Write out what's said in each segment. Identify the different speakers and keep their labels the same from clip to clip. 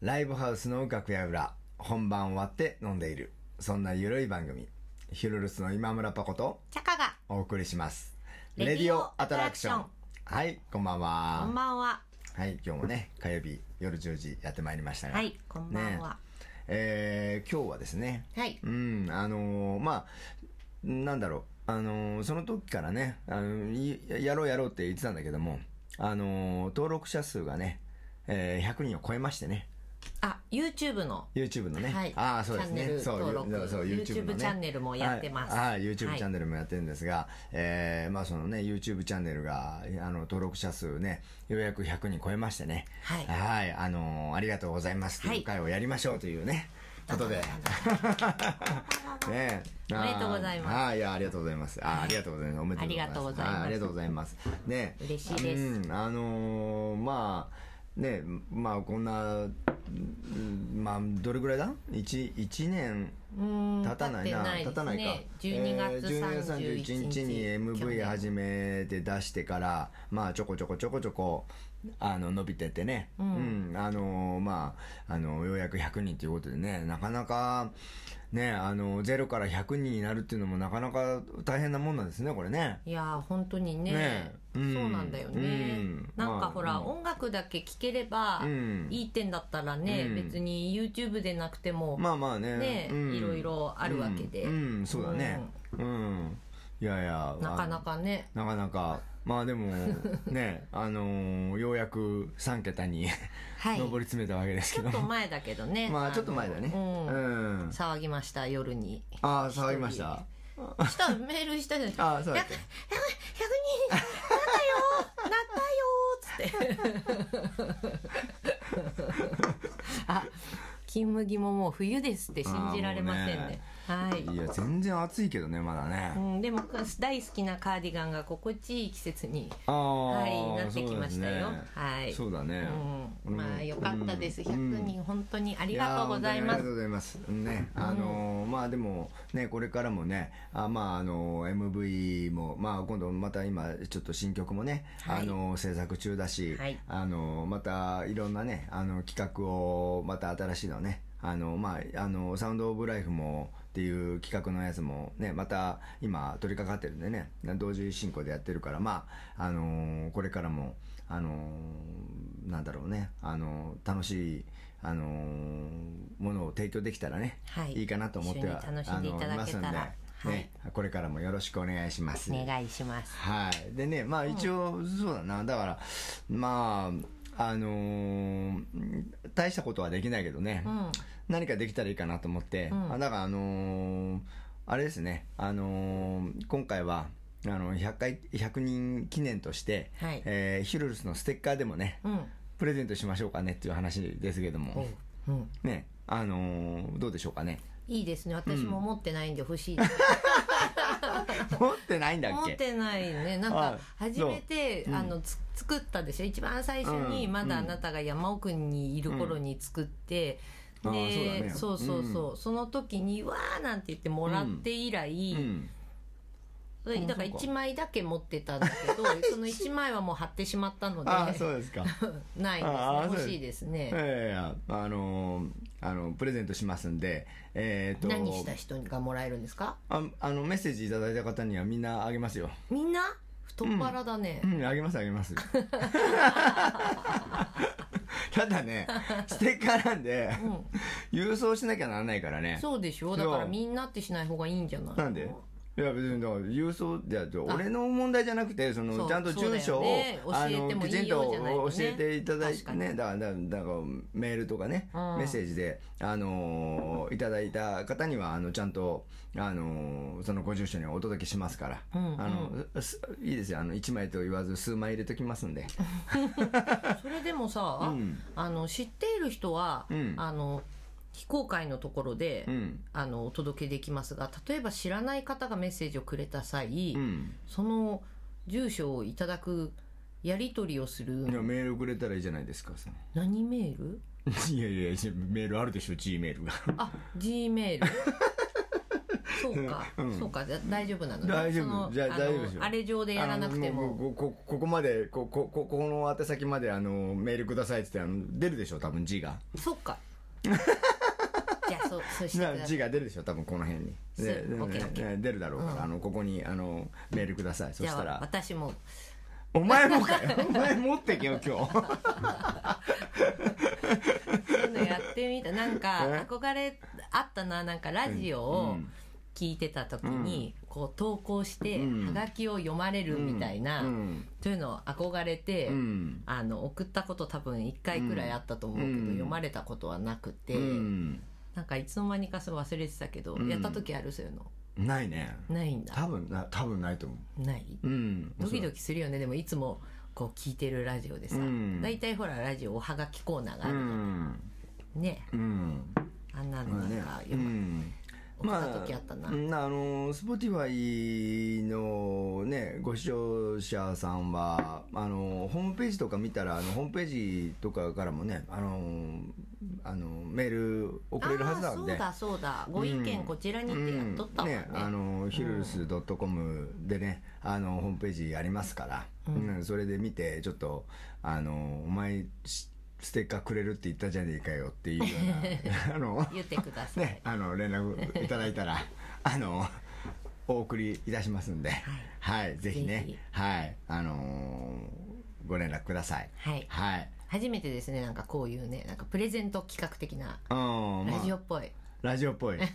Speaker 1: ライブハウスの楽屋裏、本番終わって飲んでいる。そんなゆるい番組、ヒュルルスの今村パコと
Speaker 2: チャカが、
Speaker 1: お送りします。
Speaker 2: レディオアトラクション
Speaker 1: はい、こんばんは。
Speaker 2: こんばんは。
Speaker 1: はい、今日もね、火曜日夜10時やってまいりましたが。
Speaker 2: はい、こんばんは。
Speaker 1: ねえー今日はですね、
Speaker 2: はい。
Speaker 1: うん、あのーまあ、なんだろう、あのーその時からね、あのいやろうやろうって言ってたんだけども、あのー登録者数がね、えー100人を超えましてね、
Speaker 2: あ、YouTube の
Speaker 1: YouTube のね、
Speaker 2: はい
Speaker 1: ああ、そうです
Speaker 2: チャンネ
Speaker 1: ね、
Speaker 2: ル
Speaker 1: そう、
Speaker 2: 登録
Speaker 1: ゆそう YouTube のね
Speaker 2: YouTube チャンネルもやってます
Speaker 1: はい、はい、
Speaker 2: は
Speaker 1: YouTube
Speaker 2: い
Speaker 1: チャンネルもやってるんですが、えーまあそのね、YouTube チャンネルが、あの、登録者数ね、ようやく100人超えましてね、
Speaker 2: はい
Speaker 1: あのーありがとうございますと
Speaker 2: はいいう
Speaker 1: 会をやりましょうというね、こと で、ねえ
Speaker 2: おめでとうございます
Speaker 1: あーいやありがとうございますあーありがとうございますおめでとうございます
Speaker 2: ありがとうございます
Speaker 1: あーありがとうございますねえ
Speaker 2: 嬉しいです
Speaker 1: うんあのーまあねえまあこんなうんまあどれぐらいだ 1, 一年
Speaker 2: うーん
Speaker 1: 経たないな
Speaker 2: 経
Speaker 1: 経
Speaker 2: た
Speaker 1: た
Speaker 2: な
Speaker 1: ないい
Speaker 2: で
Speaker 1: か
Speaker 2: すね12月
Speaker 1: 12月31
Speaker 2: 31日
Speaker 1: 日に
Speaker 2: 去
Speaker 1: MV
Speaker 2: 年
Speaker 1: 始めて出してからまあちょこちょこちょこちょこあの伸びてってねうん、あのーまああのようやく100人ということでねなかなかねあのゼロから100人になるっていうのもなかなか大変なもんなんですねこれね
Speaker 2: いやー本当にね
Speaker 1: ねえうん
Speaker 2: そうなんだよね、
Speaker 1: うん
Speaker 2: なん
Speaker 1: ま
Speaker 2: か
Speaker 1: あ
Speaker 2: ほら、
Speaker 1: うん
Speaker 2: 音楽だけ聴ければ
Speaker 1: うん
Speaker 2: いい点だったらね、
Speaker 1: うん
Speaker 2: 別に YouTube でなくても、
Speaker 1: まあまあね
Speaker 2: ねえ
Speaker 1: うん
Speaker 2: いろいろあるわけで
Speaker 1: うん、うんそうだねうん、いやいや
Speaker 2: なかな
Speaker 1: か
Speaker 2: かね
Speaker 1: なかなかまあで もねあのーようやく3桁に
Speaker 2: はい
Speaker 1: 上り詰めたわけです
Speaker 2: ち
Speaker 1: け
Speaker 2: ょ
Speaker 1: ど
Speaker 2: っと前だけどね
Speaker 1: まあちょっと前だね
Speaker 2: あのうん
Speaker 1: うん、あ
Speaker 2: 騒ぎました夜に
Speaker 1: あー騒ぎました
Speaker 2: したメールしたじゃない
Speaker 1: ああそうだっ
Speaker 2: 100
Speaker 1: け
Speaker 2: 人なったよなったよつってあ金麦ももう冬ですって信じられませんね はい
Speaker 1: いや全然暑いけどねまだね、
Speaker 2: うん、でも大好きなカーディガンが心地いい季節に、
Speaker 1: ああ
Speaker 2: はい、なってきましたよ、はい
Speaker 1: そうだね
Speaker 2: うん、まあよかったです、
Speaker 1: うん
Speaker 2: 100人本当にありがとうございま
Speaker 1: やー本当にありが
Speaker 2: す
Speaker 1: とうございます。ね、あのーまあでもねこれからもね、あまああのー MV もまあ今度また今ちょっと新曲もね、
Speaker 2: はい
Speaker 1: あのー制作中だし、
Speaker 2: はい
Speaker 1: あのーまたいろんなねあの企画をまた新しいのね。あのーまあ、あのーサウンド・オブ・ライフもっていう企画のやつもねまた今取り掛かってるんでね同時進行でやってるからまあ、あのーこれからも、あのーなんだろうね、あのー楽しい、あのーものを提供できたらね、
Speaker 2: はい
Speaker 1: いかなと思っては
Speaker 2: 一緒に楽しんでいただけたら
Speaker 1: あのーいますんで、ねこれからもよろしくお願いします。
Speaker 2: お願いします
Speaker 1: はい。でね、まあ一応、そうだな。だから、まあ、あのー大したことはできないけどね、
Speaker 2: うん
Speaker 1: 何かできたらいいかなと思って、
Speaker 2: ん
Speaker 1: あだからあのーあれですね、あのー今回は、あの、100回、100人記念として、
Speaker 2: はい
Speaker 1: えーヒュルルスのステッカーでもね、
Speaker 2: うん
Speaker 1: プレゼントしましょうかねっていう話ですけども、
Speaker 2: うん
Speaker 1: ね、あのーどうでしょうか ね。
Speaker 2: いいですね私も持ってないんで欲しいです
Speaker 1: 持ってないんだっ
Speaker 2: 持っ
Speaker 1: け
Speaker 2: てないねなん
Speaker 1: はい
Speaker 2: か初めて
Speaker 1: う
Speaker 2: あのつ作ったでしょ一番最初に
Speaker 1: うん
Speaker 2: まだあなたが山奥にいる頃に作っ
Speaker 1: う
Speaker 2: て、
Speaker 1: んああそうだ
Speaker 2: で
Speaker 1: ね
Speaker 2: そうそうそう、その時に「わー」なんて言ってもらって以来、
Speaker 1: うん。
Speaker 2: それだか
Speaker 1: あ
Speaker 2: ら
Speaker 1: そうか
Speaker 2: 1枚だけ持ってたんだけ どその1枚はもう貼ってしまったので
Speaker 1: ああ、そうですか。
Speaker 2: ないですね
Speaker 1: ああそう
Speaker 2: 欲しいですね、
Speaker 1: ええあのーあのプレゼントしますんで、えー、と
Speaker 2: 何した人がもらえるんですか
Speaker 1: ああのメッセージいただいた方にはみんなあげますよ
Speaker 2: みんな太っ腹だね、
Speaker 1: うんあげますあげます ただねステッカーなんで、郵送しなきゃならないからね
Speaker 2: そうでしょ
Speaker 1: そう
Speaker 2: だからみんなってしない方がいいんじゃないの
Speaker 1: なんでいや別にだから郵送じゃ
Speaker 2: あ
Speaker 1: 俺の問題じゃなくてそ
Speaker 2: そ
Speaker 1: の
Speaker 2: う
Speaker 1: ちゃんと住所を、
Speaker 2: そうだよね
Speaker 1: あ
Speaker 2: 教えて
Speaker 1: の
Speaker 2: も
Speaker 1: き
Speaker 2: い
Speaker 1: ち
Speaker 2: い
Speaker 1: ん
Speaker 2: よ
Speaker 1: と
Speaker 2: じゃないと
Speaker 1: 教
Speaker 2: ね
Speaker 1: えていただい
Speaker 2: 確
Speaker 1: て
Speaker 2: かに
Speaker 1: ねだからだだからメールとかね、
Speaker 2: うん
Speaker 1: メッセージであのーいただいた方にはあのちゃんとあのーそのご住所にお届けしますから、
Speaker 2: うんうん
Speaker 1: あのすいいですよあの1枚と言わず数枚入れときますん で
Speaker 2: それでもさ、
Speaker 1: うん
Speaker 2: あの知っている人は、
Speaker 1: うん
Speaker 2: あの非公開のところで、
Speaker 1: うん
Speaker 2: あのお届けできますが例えば知らない方がメッセージをくれた際、
Speaker 1: うん
Speaker 2: その住所をいただくやり取りをす
Speaker 1: いや
Speaker 2: る
Speaker 1: メールくれたらいいじゃないですかその
Speaker 2: 何メール
Speaker 1: いやいやメールあるでしょ G メールが
Speaker 2: あ G メールそうか、
Speaker 1: うん
Speaker 2: そうか、じゃ大丈夫なの、ね。
Speaker 1: 大丈夫
Speaker 2: その
Speaker 1: じゃあ
Speaker 2: あの
Speaker 1: 大丈夫ですよ
Speaker 2: あれ上でやらなくて
Speaker 1: あの
Speaker 2: も。
Speaker 1: うここここまでここここの宛先まであのメールくださいって言ってあの出るでしょ多分字が
Speaker 2: そうか。じゃあ、そう、そうし てくだ
Speaker 1: な
Speaker 2: さい。
Speaker 1: 字が出るでしょ多分この辺に
Speaker 2: そう
Speaker 1: でで
Speaker 2: オッケーオッケ
Speaker 1: ね出るだろうから、
Speaker 2: うん
Speaker 1: あのここにあのメールくださいそ
Speaker 2: じ
Speaker 1: した
Speaker 2: ゃあ、
Speaker 1: ら
Speaker 2: 私も。
Speaker 1: お前もか よお前持ってけよ今日
Speaker 2: そういうのやってみた。なんか
Speaker 1: え、
Speaker 2: 憧れあったな、なんかラジオ
Speaker 1: う
Speaker 2: を
Speaker 1: ん
Speaker 2: 聞いてた時に、こう投稿して、
Speaker 1: うん
Speaker 2: はがきを読まれるみたいな、
Speaker 1: うん
Speaker 2: そういうのを憧れて、
Speaker 1: うん
Speaker 2: あの送ったこと多分1回くらいあったと思うけど、
Speaker 1: うん
Speaker 2: 読まれたことはなくて、
Speaker 1: うん
Speaker 2: なんかいつの間にかそれ忘れてたけど、
Speaker 1: うん
Speaker 2: やった時あるそういうの
Speaker 1: ないね
Speaker 2: ないんだ
Speaker 1: 多分な多分ないと思
Speaker 2: ない、
Speaker 1: ううん
Speaker 2: ドキドキするよねでもいつもこう聞いてるラジオでさ、
Speaker 1: うん
Speaker 2: 大体ほらラジオおはがきコーナーが
Speaker 1: う
Speaker 2: ある、
Speaker 1: ん
Speaker 2: ね
Speaker 1: うん
Speaker 2: あんなの
Speaker 1: まあ
Speaker 2: なん
Speaker 1: ね
Speaker 2: か、
Speaker 1: う
Speaker 2: よく
Speaker 1: ん
Speaker 2: 送った時あったな、
Speaker 1: うんあのスポティファイのねご視聴者さんはあのホームページとか見たらあのホームページとかからもねあのあのメール送れるはずなんで
Speaker 2: あーそうだそうだご意見こちらにってやっとったもんね,、
Speaker 1: うんねあのヒルルス .com でねあのホームページありますから、うんそれで見てちょっとあのお前しステッカーくれるって言ったじゃねえかよっていうよう なあの
Speaker 2: 言ってください、
Speaker 1: ね、あの連絡いただいた らあのお送りいたしますんで、はいぜひね
Speaker 2: ぜひ
Speaker 1: はいあのーご連絡ください
Speaker 2: はい
Speaker 1: はい
Speaker 2: 初めてですねなんかこういうねなんかプレゼント企画的な
Speaker 1: うんまあ
Speaker 2: ラジオっぽ い、
Speaker 1: ラジオっぽい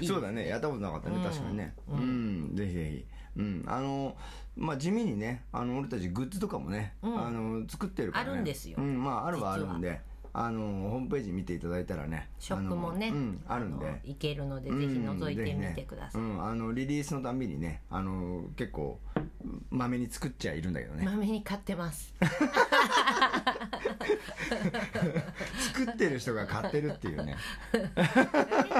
Speaker 2: いい
Speaker 1: そうだねやったことなかったね、
Speaker 2: うん
Speaker 1: 確かにねう
Speaker 2: うんん、
Speaker 1: ぜひぜひうんあのまあ地味にねあの俺たちグッズとかもね、
Speaker 2: うん
Speaker 1: あの作ってるから、ね、
Speaker 2: あるんですよ
Speaker 1: うん、まああるはあるんであのホームページ見ていただいたらね
Speaker 2: ショップもね
Speaker 1: あのうん、あるんで
Speaker 2: の行けるのでぜひ覗いてみてください、
Speaker 1: うんぜひねうん、あのリリースのたんびにねあの結構まめに作っちゃいるんだけどね、
Speaker 2: まめに買っ てます
Speaker 1: 作ってる人が買ってるっていう ね
Speaker 2: 結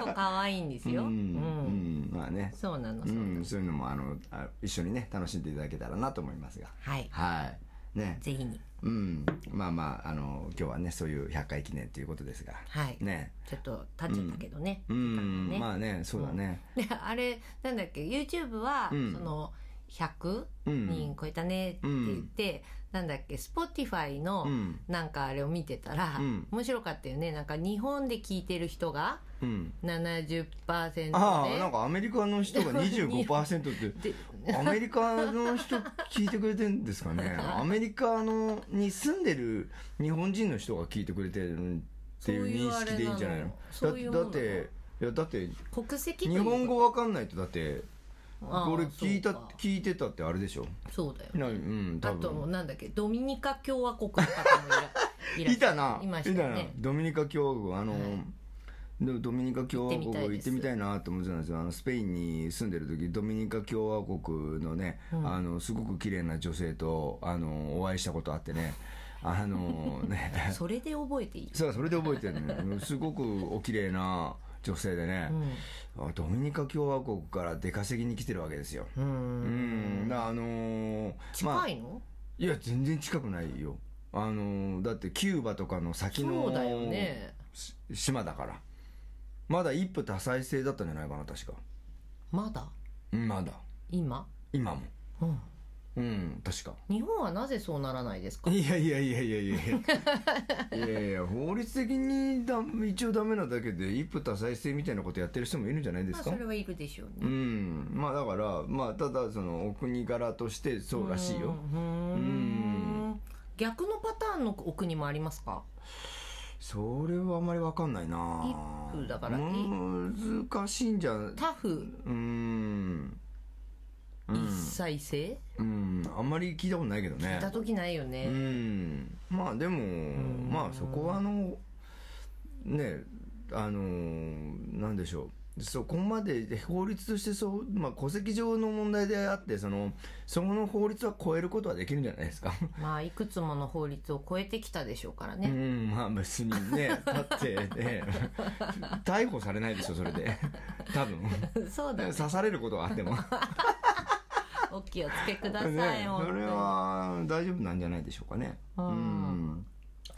Speaker 2: 構可愛いんですよ、
Speaker 1: う、
Speaker 2: うんん
Speaker 1: うんまあね
Speaker 2: そうなの
Speaker 1: う
Speaker 2: そうなの、
Speaker 1: ん、そういうのもあのあ一緒にね楽しんでいただけたらなと思いますが
Speaker 2: はい
Speaker 1: はいね
Speaker 2: ぜひに
Speaker 1: うんまあまああの今日はねそういう100回記念ということですが
Speaker 2: はい、
Speaker 1: ね
Speaker 2: ちょっと経っちゃったけどね、
Speaker 1: うん、
Speaker 2: ね
Speaker 1: まあねそうだね
Speaker 2: で あれなんだっけ YouTube は、
Speaker 1: うん
Speaker 2: その100
Speaker 1: うん
Speaker 2: 人超えたねって言って、なんだっけ Spotify の、
Speaker 1: うん
Speaker 2: なんかあれを見てたら、
Speaker 1: うん
Speaker 2: 面白かったよねなんか日本で聞いてる人が
Speaker 1: うん
Speaker 2: 70%で
Speaker 1: ああなんかアメリカの人が25%って
Speaker 2: で
Speaker 1: アメリカの人聞いてくれてるんですか ねアメリカのに住んでる日本人の人が聞いてくれてるっていう認識でいいんじゃないの
Speaker 2: そういうあ
Speaker 1: だ
Speaker 2: れな
Speaker 1: だ
Speaker 2: の
Speaker 1: っ
Speaker 2: そういうもの
Speaker 1: ていやだって
Speaker 2: 国籍とい
Speaker 1: 日
Speaker 2: うこと
Speaker 1: 本語わかんないとだって
Speaker 2: あー
Speaker 1: 俺聞いた
Speaker 2: そうか
Speaker 1: 聞いてたってあれでしょ
Speaker 2: そうだよ
Speaker 1: なうん
Speaker 2: あ
Speaker 1: 多
Speaker 2: ともう
Speaker 1: 分
Speaker 2: なんだっけドミニカ共和国の方もいら
Speaker 1: いたない
Speaker 2: ま
Speaker 1: い
Speaker 2: した
Speaker 1: た
Speaker 2: よ
Speaker 1: な
Speaker 2: ね
Speaker 1: ドミニカ共和国あの、
Speaker 2: はい
Speaker 1: でドミニカ共和国
Speaker 2: 行ってみた
Speaker 1: 行
Speaker 2: いで
Speaker 1: って
Speaker 2: す
Speaker 1: みたいなと思ってたんですよあのスペインに住んでる時ドミニカ共和国のね、
Speaker 2: うん
Speaker 1: あのすごく綺麗な女性とあのお会いしたことあってねあの ね
Speaker 2: それで覚えていい、
Speaker 1: それそれで覚えてるのよすごくお綺麗な女性でね
Speaker 2: う、ん
Speaker 1: あドミニカ共和国から出稼ぎに来てるわけですよ
Speaker 2: う
Speaker 1: うんんだからあのーまあ
Speaker 2: 近いの、
Speaker 1: いや全然近くないよあのーだってキューバとかの先の
Speaker 2: そうだよね
Speaker 1: し島だからまだ一夫多妻制だったんじゃないかな確か
Speaker 2: まだ
Speaker 1: うんまだ
Speaker 2: 今、
Speaker 1: 今も
Speaker 2: うん、
Speaker 1: うん確 か
Speaker 2: 日本はなぜそうならないですか
Speaker 1: いやいやいやいやいやいやいや法律的にだ一応ダメなだけで一夫多妻制みたいなことやってる人もいるんじゃないで
Speaker 2: ますあ
Speaker 1: か、
Speaker 2: それはいるでしょう
Speaker 1: う
Speaker 2: ね、
Speaker 1: んまあだからまあただそのお国柄としてそうらしいよ
Speaker 2: うん
Speaker 1: うん
Speaker 2: 逆のパターンのお国もありますか
Speaker 1: それはあんまりわかんないな
Speaker 2: 一夫だからい
Speaker 1: 難しいんじゃん
Speaker 2: タフ
Speaker 1: うーんう
Speaker 2: 一
Speaker 1: ん、
Speaker 2: 妻制、
Speaker 1: うん、あんまり聞いたことないけど
Speaker 2: 聞
Speaker 1: ね
Speaker 2: いた時ないよね、
Speaker 1: うんまあでも
Speaker 2: ん
Speaker 1: まあそこはあのねあのなんでしょうそこまで法律としてそう、まあ、戸籍上の問題であってそのそこの法律は超えることはできるんじゃないですか
Speaker 2: まあいくつもの法律を超えてきたでしょうから
Speaker 1: う
Speaker 2: ね、
Speaker 1: んまあ別にねだってね逮捕されないでしょそれで多分
Speaker 2: そうだ
Speaker 1: 刺されることはあっても
Speaker 2: お気をつけください、
Speaker 1: ね、
Speaker 2: 本当
Speaker 1: そ
Speaker 2: に
Speaker 1: れは大丈夫なんじゃないでしょうかね。う
Speaker 2: うん
Speaker 1: ん、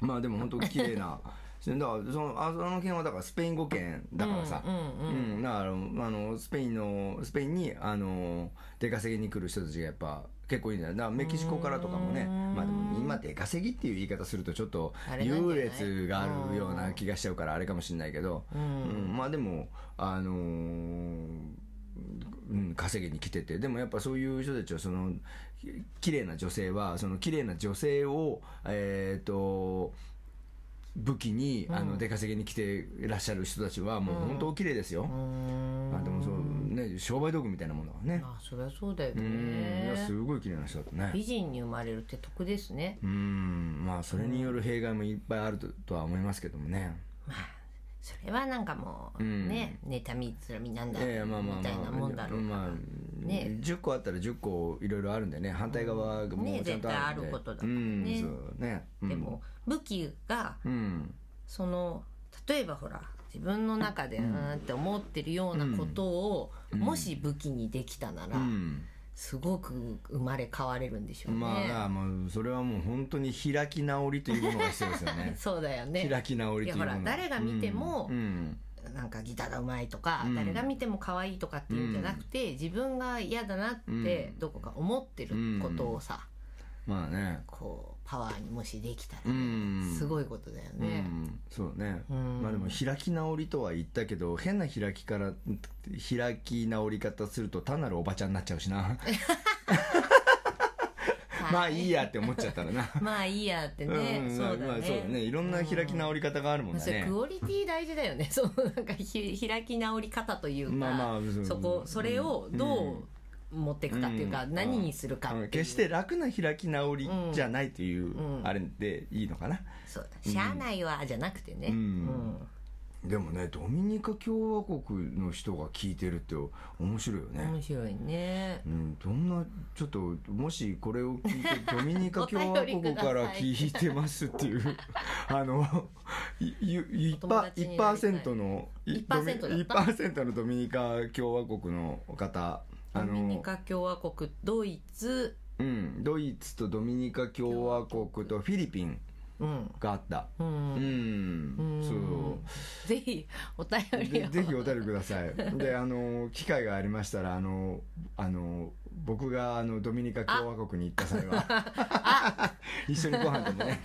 Speaker 1: まあでも本当綺麗な だからそのあその辺はだからスペイン語圏だからさ、
Speaker 2: うん
Speaker 1: う
Speaker 2: うんうん
Speaker 1: ん、だからあのスペインのスペインにあの出稼ぎに来る人たちがやっぱ結構いるんだよだからメキシコからとかもね
Speaker 2: うん
Speaker 1: まあでも今出稼ぎっていう言い方するとちょっと
Speaker 2: あれなんじゃな
Speaker 1: 優
Speaker 2: い
Speaker 1: 劣があるような気がしちゃうからあれかもしれないけど、
Speaker 2: う
Speaker 1: うん
Speaker 2: ん
Speaker 1: まあでもあのーうん、稼ぎに来ててでもやっぱそういう人たちはそのき綺麗な女性はその綺麗な女性をえっ、と武器にあ
Speaker 2: う
Speaker 1: の
Speaker 2: ん
Speaker 1: 出稼ぎに来てらっしゃる人たちはもう本当お綺麗ですよ、
Speaker 2: うん
Speaker 1: あでもそうね商売道具みたいなものはね
Speaker 2: あそりゃそうだよ
Speaker 1: うんいやす
Speaker 2: ね
Speaker 1: ごい綺麗な人だったね
Speaker 2: 美人に生まれるって得ですね
Speaker 1: うんまあそれによる弊害もいっぱいあるととは思いますけどもね
Speaker 2: まあそれはなんかもう
Speaker 1: うん
Speaker 2: ね妬みつらみなんだみ
Speaker 1: ええまあまあまあ
Speaker 2: たいなもんだろうから
Speaker 1: まあ
Speaker 2: ね
Speaker 1: 10個あったら10個いろいろあるんでね反対側がも
Speaker 2: ね
Speaker 1: うちゃんとあるんで、
Speaker 2: 絶対あることだから
Speaker 1: うん
Speaker 2: ね
Speaker 1: そうねうん
Speaker 2: でも武器が
Speaker 1: うん
Speaker 2: その例えばほら自分の中でうーんって思ってるようなことをもし武器にできたなら
Speaker 1: うん
Speaker 2: すごく生まれ変われるんでしょう
Speaker 1: まあ、だから
Speaker 2: ね。
Speaker 1: もうそれはもう本当に開き直りというものが必要ですよね
Speaker 2: そうだよね。
Speaker 1: 開き直りというもの
Speaker 2: いやほら誰が見ても
Speaker 1: うんうん
Speaker 2: なんかギターがうまいとか、
Speaker 1: うん
Speaker 2: 誰が見ても可愛いとかっていうんじゃなくて、自分が嫌だなってどこか思ってることをさ、
Speaker 1: まあね
Speaker 2: こうパワーにもしできたら、
Speaker 1: うん
Speaker 2: すごいことだよ
Speaker 1: う
Speaker 2: ね。
Speaker 1: ん、そうね、
Speaker 2: うん
Speaker 1: まあでも開き直りとは言ったけど変な開きから開き直り方すると単なるおばちゃんになっちゃうし な
Speaker 2: はい
Speaker 1: まあいいやって思っちゃったらな
Speaker 2: まあいいやってね、
Speaker 1: ん
Speaker 2: そうだね,、
Speaker 1: まあそうだねいろんな開き直り方があるもんだ
Speaker 2: それ
Speaker 1: ね、
Speaker 2: クオリティ大事だよね そのなんかひ開き直り方というか、
Speaker 1: まあまあそう
Speaker 2: そこそれをどう持っていくかっていうか、
Speaker 1: うん
Speaker 2: 何にするかっていう、
Speaker 1: うん決して楽な開き直りじゃないという、
Speaker 2: うん
Speaker 1: あれでいいのかな、
Speaker 2: そうだしゃあないわじゃなくてね、
Speaker 1: うんでもねドミニカ共和国の人が聞いてるって面白いよ
Speaker 2: うん
Speaker 1: ね、
Speaker 2: 面白いね
Speaker 1: うん、どんなちょっともしこれを聞いてドミニカ共和国から聞いてますっていう あのいゆい
Speaker 2: お友達になりたい
Speaker 1: 1%のいドミ
Speaker 2: 1%だった
Speaker 1: 1%のドミニカ共和国の方
Speaker 2: ド
Speaker 1: あの
Speaker 2: ミニカ共和国ドイツ
Speaker 1: うん、ドイツとドミニカ共和国とフィリピン
Speaker 2: うん
Speaker 1: があった
Speaker 2: う、
Speaker 1: うんん、
Speaker 2: うん
Speaker 1: そう
Speaker 2: ぜひお便り
Speaker 1: で
Speaker 2: を
Speaker 1: ぜひお便りください であの機会がありましたらあのあの僕があのドミニカ共和国に行った際は 一緒にご飯でもね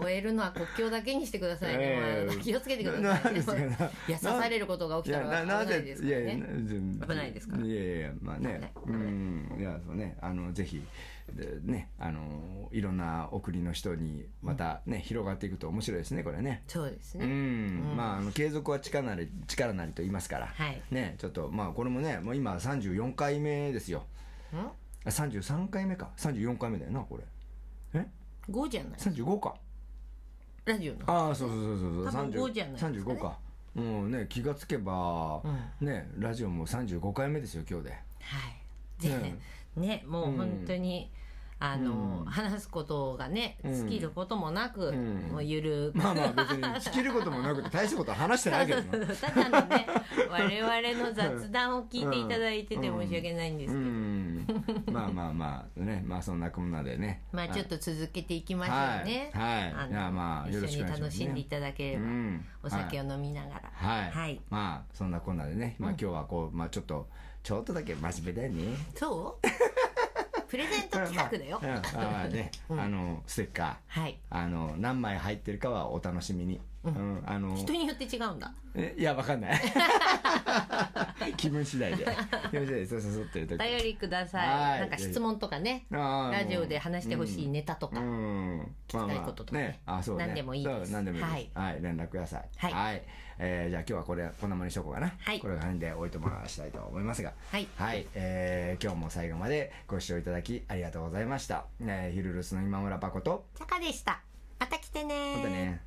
Speaker 2: 超えるのは国境だけにしてくださいね、
Speaker 1: ええ
Speaker 2: 気をつけてください
Speaker 1: ななんですか
Speaker 2: ね
Speaker 1: ない
Speaker 2: や刺されることが起きたら危ない
Speaker 1: ぜ
Speaker 2: ですから
Speaker 1: いやい
Speaker 2: ね
Speaker 1: や全
Speaker 2: 危ないですから
Speaker 1: いやいやいやまあね、
Speaker 2: 危ない危ない
Speaker 1: うんいやそうねあのぜひでねあのいろんなお国の人にまたね、広がっていくと面白いですねこれね
Speaker 2: そうです
Speaker 1: う
Speaker 2: ね、
Speaker 1: ん、まああの継続は力なり力なりと言いますから、
Speaker 2: はい
Speaker 1: ねちょっとまあこれもねもう今34回目ですよ
Speaker 2: うん
Speaker 1: あ33回目か34回目だよなこれえ
Speaker 2: 5じゃない
Speaker 1: 35か
Speaker 2: ラジオの
Speaker 1: ああそうそうそうそうそう
Speaker 2: 多分
Speaker 1: 30
Speaker 2: 5じゃないですかね
Speaker 1: 35かもうね気がつけば、ねラジオも35回目ですよ今日で
Speaker 2: はいでねもう
Speaker 1: うん
Speaker 2: 本当に、あの、
Speaker 1: うん
Speaker 2: 話すことがね
Speaker 1: うん
Speaker 2: 尽きることもなく、
Speaker 1: うん
Speaker 2: もうゆるく、
Speaker 1: まあまあ別に尽きることもなくて大したことは話してないけどな
Speaker 2: ただのね我々の雑談を聞いていただいてて申し訳ないんです
Speaker 1: う
Speaker 2: けど、
Speaker 1: んまあまあまあねまあそんなこんなでね
Speaker 2: まあちょっと続けていきましょうね、
Speaker 1: はいはい
Speaker 2: あの
Speaker 1: いやまあよろしくお願いしますね
Speaker 2: 一緒に楽しんでいただければ、
Speaker 1: うん
Speaker 2: お酒を飲みながら
Speaker 1: はい、
Speaker 2: はい
Speaker 1: まあそんなこんなでね、まあ、今日はこう、まあ、ちょっとちょっとだけ真面目だよね
Speaker 2: そうプレゼント企画だよ、
Speaker 1: うんあー ね、あのステッカ
Speaker 2: はい
Speaker 1: ーあの何枚入ってるかはお楽しみに、うんあの
Speaker 2: 人によって違うんだ
Speaker 1: えいやわかん ない気分次第で気分次第でそうそうそうってる
Speaker 2: お
Speaker 1: 時
Speaker 2: 便りください
Speaker 1: はい
Speaker 2: なんか質問とかね
Speaker 1: あー
Speaker 2: ラジオで話してほしいネタとか、
Speaker 1: うん、
Speaker 2: 聞きたいこととかね
Speaker 1: まあまあねあそうね
Speaker 2: 何でもいいで
Speaker 1: そ
Speaker 2: す
Speaker 1: う何でもいいですはい、連絡ください
Speaker 2: はい
Speaker 1: えーじゃあ今日はこれこんなもんにしとこうかな、
Speaker 2: はい
Speaker 1: これを辺で置いてもらわしたいと思いますが
Speaker 2: はい
Speaker 1: えー今日も最後までご視聴いただきありがとうございました、えー、ヒルルスの今村パコと
Speaker 2: チャカでしたまた来てね
Speaker 1: またね、